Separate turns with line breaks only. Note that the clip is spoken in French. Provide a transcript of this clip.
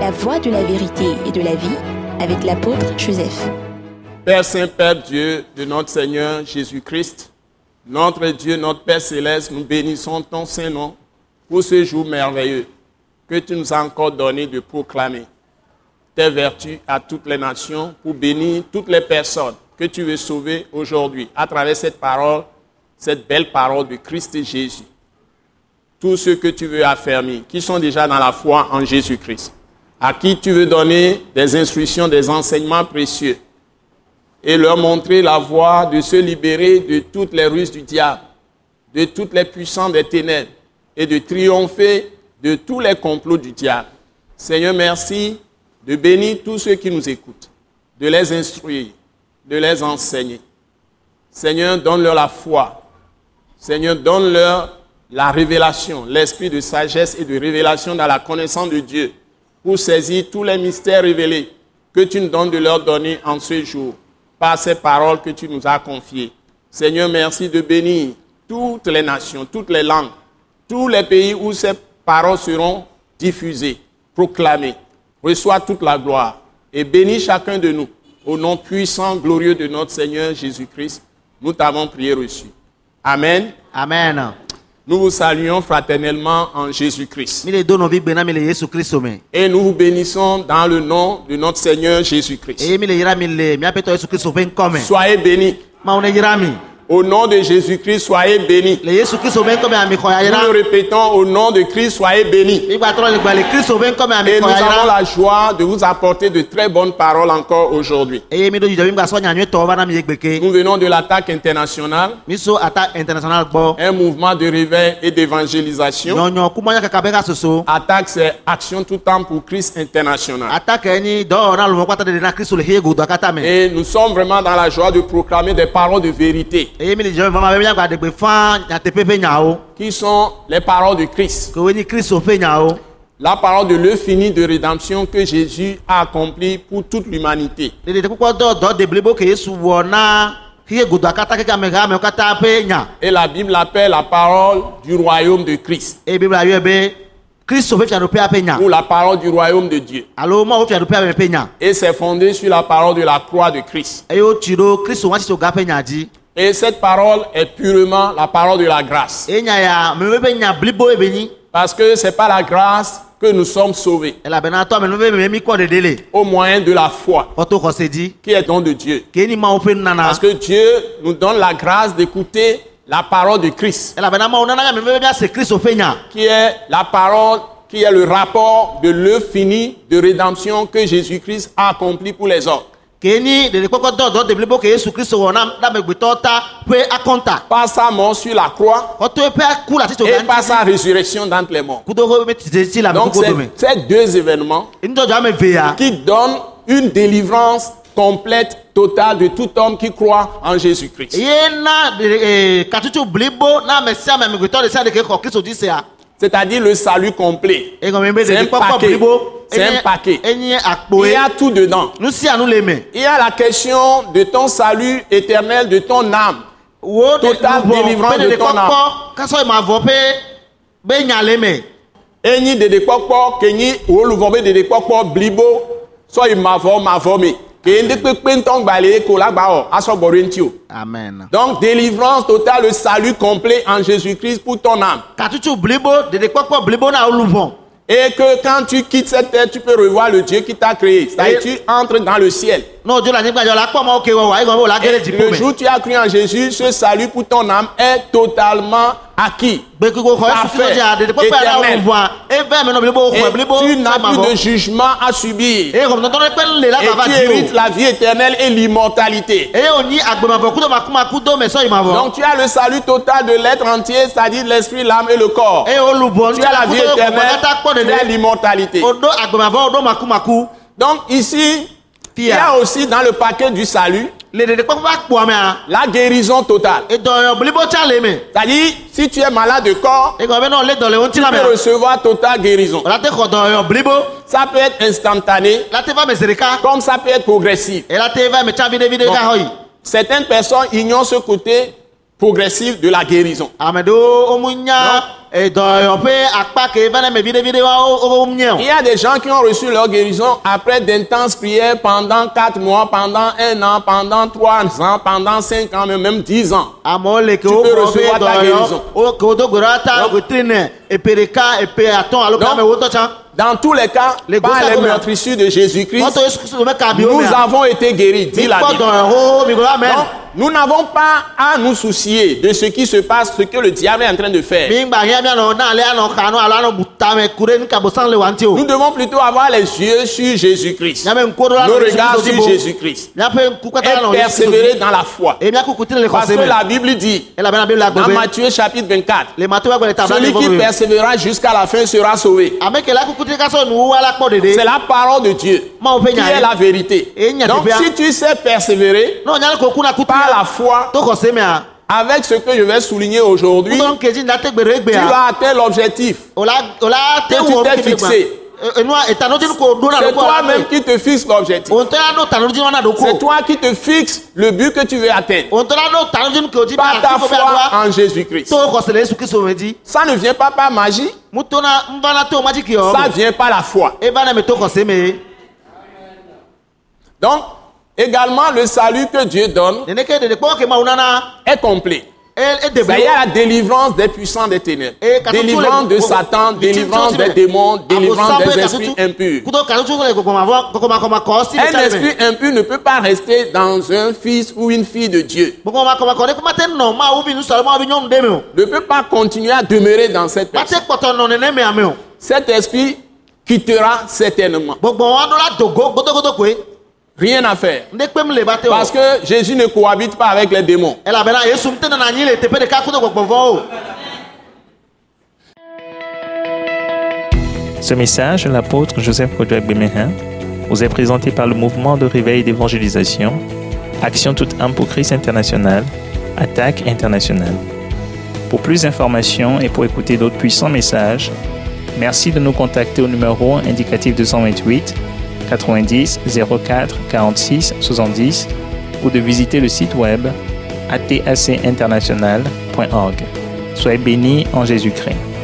la voie de la vérité et de la vie avec l'apôtre Joseph.
Père Saint, Père Dieu de notre Seigneur Jésus-Christ, notre Dieu, notre Père Céleste, nous bénissons ton Saint-Nom pour ce jour merveilleux que tu nous as encore donné de proclamer tes vertus à toutes les nations pour bénir toutes les personnes que tu veux sauver aujourd'hui à travers cette parole, cette belle parole de Christ Jésus. Tous ceux que tu veux affermir, qui sont déjà dans la foi en Jésus-Christ, à qui tu veux donner des instructions, des enseignements précieux et leur montrer la voie de se libérer de toutes les ruses du diable, de toutes les puissances des ténèbres et de triompher de tous les complots du diable. Seigneur, merci de bénir tous ceux qui nous écoutent, de les instruire, de les enseigner. Seigneur, donne-leur la foi. Seigneur, donne-leur la révélation, l'esprit de sagesse et de révélation dans la connaissance de Dieu pour saisir tous les mystères révélés que tu nous donnes de leur donner en ce jour par ces paroles que tu nous as confiées. Seigneur, merci de bénir toutes les nations, toutes les langues, tous les pays où ces paroles seront diffusées, proclamées. Reçois toute la gloire et bénis chacun de nous. Au nom puissant, glorieux de notre Seigneur Jésus-Christ, nous t'avons prié reçu. Amen.
Amen.
Nous vous saluons fraternellement en Jésus-Christ.
Mire do nɔvi gbena mi le Yesu Kristo me.
Et nous vous bénissons dans le nom de notre Seigneur
Eye
Jésus-Christ.
mi le yra mi le míaƒetɔ Yesu Kristo ƒe ŋkɔ me.
Soyez bénis.
Mawu ne yra mi.
Au nom de Jésus-Christ, soyez bénis.
Le Yesu Kristo ƒe ŋkɔ me ami xɔ ya
Nous le
yra.
répétons, au nom de Christ, soyez bénis.
Migba trɔ le gba le Kristo ƒe ŋkɔ me ami
Et nous
xɔ ya
avons
yra.
la joie de vous apporter de très bonnes paroles encore aujourd'hui.
Eye mi do dzidzɔ mi gba sɔ nyanyuitɔ va na mi ye gbeke.
Nous venons de l'attaque internationale,
Mi so ata international gbɔ.
un mouvement de réveil et d'évangélisation.
Nyɔnyɔ kumanya kaka be hasoso.
Attaque, c'est Action tout temps pour Christ international.
Atake nyi dɔwɔna lomɔ kpata de de na Kristo le xeye godoa kata me.
Et nous sommes vraiment dans la joie de proclamer des paroles de vérité,
Eye mi le dzidzɔ mi vɔ ma be miagba degbe fãa nyateƒe ƒe nyawo.
qui sont les paroles de Christ.
Ke woe nyi Kristo ƒe nyawo.
La parole de l'infini de rédemption que Jésus a accompli pour toute l'humanité.
ɖeɖe kpɔkpɔ dɔ dɔ de blibo ke yesu wɔ na xixe godoa katã keke amegã amewo katã ƒe nya
Et la Bible l'appelle la parole du royaume de Christ
eye bibla yɔe be kristu ƒe fiaɖoƒea ƒe
ou
nya
la parole du royaume de Dieu.
alo mawo fiaɖoƒea me ƒe nya
Et c'est fondé sur la parole de la croix de Christ.
eye wotui ɖo kristu watsitsoga ƒe nya dzi
Et cette parole est purement la parole de la grâce.
eye E nya ya amewo ƒe nya blibo ye be nyi
Parce que c'est par la grâce que nous sommes sauvés,
elabena tɔ amenɔ ƒe meme mi kɔ ɖeɖe le
au moyen de la foi
xɔto xɔse dzi
qui est don de Dieu.
ke ni mawo ƒe nunana
Parce que Dieu nous donne la grâce d'écouter la parole de Christ,
elabena mawo nana nya meme be miase kristu ƒe nya
qui est la parole, qui est le rapport de l'œuvre finie de rédemption que Jésus-Christ a accompli pour les hommes.
ke ni ɖeɖe kpɔkpɔ dɔ dɔ de blibo ke yesu kristu wɔ na na amegbetɔ ta ƒe akɔnta
Par sa mort sur la croix,
xɔto ƒe e ku le
et
atsitsoga
par
ŋuti
sa résurrection d'entre les morts.
kudo ƒe metitsi le
Donc,
amegbogbo dome
c'est ces deux événements
ŋdɔdɔ ame evea
qui donnent une délivrance complète, totale de tout homme qui croit en Jésus-Christ.
ye na eh, katsutu blibo na ame sia ame amegbetɔ ɖe sia ɖe ke xɔ kristu dzi sea
C'est-à-dire le salut complet.
egɔme be
C'est un
ɖeɖi kpɔkpɔ
paquet.
blibo
C'est un paquet.
enye
Il y
akpoe
a tout dedans.
nu sia nu le me
Il y a la question de ton salut éternel, de ton âme.
wo ɖe
Total
luvɔ
délivrance
be
de
ɖeɖi
ton
kpɔkpɔ kasɔ ema vɔ pe be nya le me
Enyi dede kpɔkpɔ kenyi woluvɔbe dede kpɔkpɔ blibo sɔyi mavɔ mavɔme ke ndekpekpe ŋutɔ gbalẽ ko la gbawɔ asɔgbɔ ɖe ŋuti o.
amen
Donc délivrance totale, le salut complet en Jésus-Christ pour ton âme.
katsutu blibo ɖeɖi kpɔkpɔ blibo na wo luvɔ
Et que quand tu quittes cette terre, tu peux revoir le Dieu qui t'a créé. C'est-à-dire tu entres dans le ciel.
ne wodzo le anyigba dzɔ la kpɔ mawo ke wɔwɔ egɔme be wo la ge ɖe dziƒo
Le jour
me
où tu as cru en Jésus, ce salut pour ton âme est totalement acquis.
gbegbe xɔ yesu kristu
Parfait.
dzia ɖeɖi kpɔkpɔ ya na wo
Éternel.
luvɔa eve amenɔ blibo
Et
xɔe blibo
tu n'as
sɔ ema
plus de
vɔ
jugement à subir.
eye gɔmetɔtɔ ɖe kpe le la
Et
va va
tu
di o
hérites la vie éternelle et l'immortalité.
eye wònyi agbemavɔ kudo makumaku do me sɔyi mavɔ
Donc tu as le salut total de l'être entier, c'est-à-dire l'esprit, l'âme et le corps.
eye wòlu bɔ
Tu as la vie éternelle,
katã kpɔ
tu as
ɖeɖe
l'immortalité.
wòɖo agbemavɔ wòɖo makumaku
Donc ici, il y a
Fia.
aussi dans le paquet du salut
le ɖeɖe kpɔkpɔ ƒe akpoa mea
la guérison totale.
edɔyɔ blibo tsa le me
C'est-à-dire, si tu es malade de corps,
egɔ be ne wòle dɔ le wo ŋuti la
tu
mea
peux recevoir totale guérison.
wòla te xɔ dɔyɔ blibo
Ça peut être instantané,
la te va me zi ɖeka
comme ça peut être progressif.
ela te va me tsa vi ɖe vi ɖe
Bon.
ka xɔ yi
Certaines personnes ignorent ce côté progressif de la guérison.
ame ɖewo womu nya edɔyɔƒe akpa ke va ne me viɖeviɖe woawo wo mie
Il
o
y a des gens qui ont reçu leur guérison après d'intenses prières pendant 4 mois, pendant 1 an, pendant 3 ans, pendant 5 ans, mais même 10 ans.
amewo le ke
Tu
wo
peux
gblɔ be
recevoir ta guérison.
dɔyɔ wo ke wodo go ɖa ta
Non.
wetri ne epe ɖeka epe atɔ̃ alo
Non.
kame wotɔ tsã
Dans tous les cas,
Les
par
gros
les
sabots, là.
meurtrissures de Jésus-Christ,
mɔtɔ yesu kristu me ka bi
nous
wo mea
avons été guéris, dit la
mikpɔ
Bible.
dɔyɔ xoxo mi gblɔ
Donc,
oh, amen
nous n'avons pas à nous soucier de ce qui se passe, ce que le diable est en train de faire.
mi gba hiã mianɔ na ale anɔ xa nɔ alo anɔ bu tame ku ɖe nukabosan le wa ŋuti
Nous
o
devons plutôt avoir les yeux sur Jésus-Christ,
miame ŋkuwo ɖo la
nos
nɔ
regards sur
Yesu Kristu dzi bo.
Jésus-christ,
míaƒe ŋku katã
et
nɔ Yesu Kristu
persévérer
dzi.
dans la foi.
Eye míaƒe kuku tri le
Parce
xɔse
que
me
la Bible dit,
elabena biblia gblɔ
dans
be
Matthieu chapitre 24,
le matɔ va gbe le tabla
Celui
le
qui
vɔ
persévérera jusqu'à la fin sera sauvé.
ame ke la kuku tri kasɔ nuwo ala kpɔ ɖeɖe
C'est la parole de Dieu
Mawo
qui
pe nya ye.
est la vérité.
E nya
Donc
teƒea.
si tu sais persévérer
ne wònyale ko kuna kutu
par
ya
la foi
to xɔse mea
avec ce que je vais souligner aujourd'hui,
wotɔ ŋkeji da te gbe ɖe
tu
egbea
vas atteindre l'objectif.
o la o la te
Que tu
wɔ
t'es
ŋkeji gbe
fixé.
enua etanodzi ko do na
C'est
ɖoko ala
toi-même
me
qui te fixe l'objectif.
o ŋutɔ ya no tanodzi na
C'est
ɖoko
toi qui te fixes le but que tu veux atteindre
o ŋutɔ ya no tanodzi ko dzi
par
na
ta
ko fɛ
foi
adoa
en
to
Jésus-Christ.
xɔse le Yesu Kristu me dzi
Ça ne vient pas par magie,
mu to na n va na to ma dzi kiyɔ
ça
me
vient par la foi.
eva na me to xɔse me
Donc, également, le salut que Dieu donne
neneke ɖeɖe kpɔ ke ma wo nana
est complet.
e e
C'est-à-dire
de blo
la délivrance des puissants des ténèbres,
e katotso le
délivrance de
go-
Satan,
go- victime
délivrance
tsi me.
des démons, délivrance
Abosam be
des esprits
katotso-
impurs.
kuto katotso le gɔgɔmavɔ- gɔgɔmakɔmakɔ si le
Un
tsa me.
esprit impur ne peut pas rester dans un fils ou une fille de Dieu,
Gbogbo ọmọ akọ̀wé akọ̀wé kọ́má tẹ́ nọ máa wú mi ní sọ̀rọ̀ máa bí yọ̀ǹde mi o.
ne peut pas continuer à demeurer dans cette
Má tẹ́
personne.
pọ̀tọ̀ nọ nínú mi àmì o.
Cet esprit quittera certainement.
Gbogbo wọn adó la dògó gbódógbódó pé
Rien à faire.
ndé pé mi lè ba tẹ o.
Parce que Jésus ne cohabite pas avec les démons.
Ẹ làbẹ̀ náà Yesu tẹ́ nana yín lè tẹ́pẹ́ de ká kúndé gbọ̀gbọ̀ fọ́ o.
Ce message, de l'apôtre Joseph Kodouak Bemehin, vous est présenté par le mouvement de réveil d'évangélisation, Action toute âme pour Christ international, Attaque internationale. Pour plus d'informations et pour écouter d'autres puissants messages, merci de nous contacter au numéro indicatif 228 90 04 46 70 ou de visiter le site web atacinternational.org. Soyez bénis en Jésus-Christ.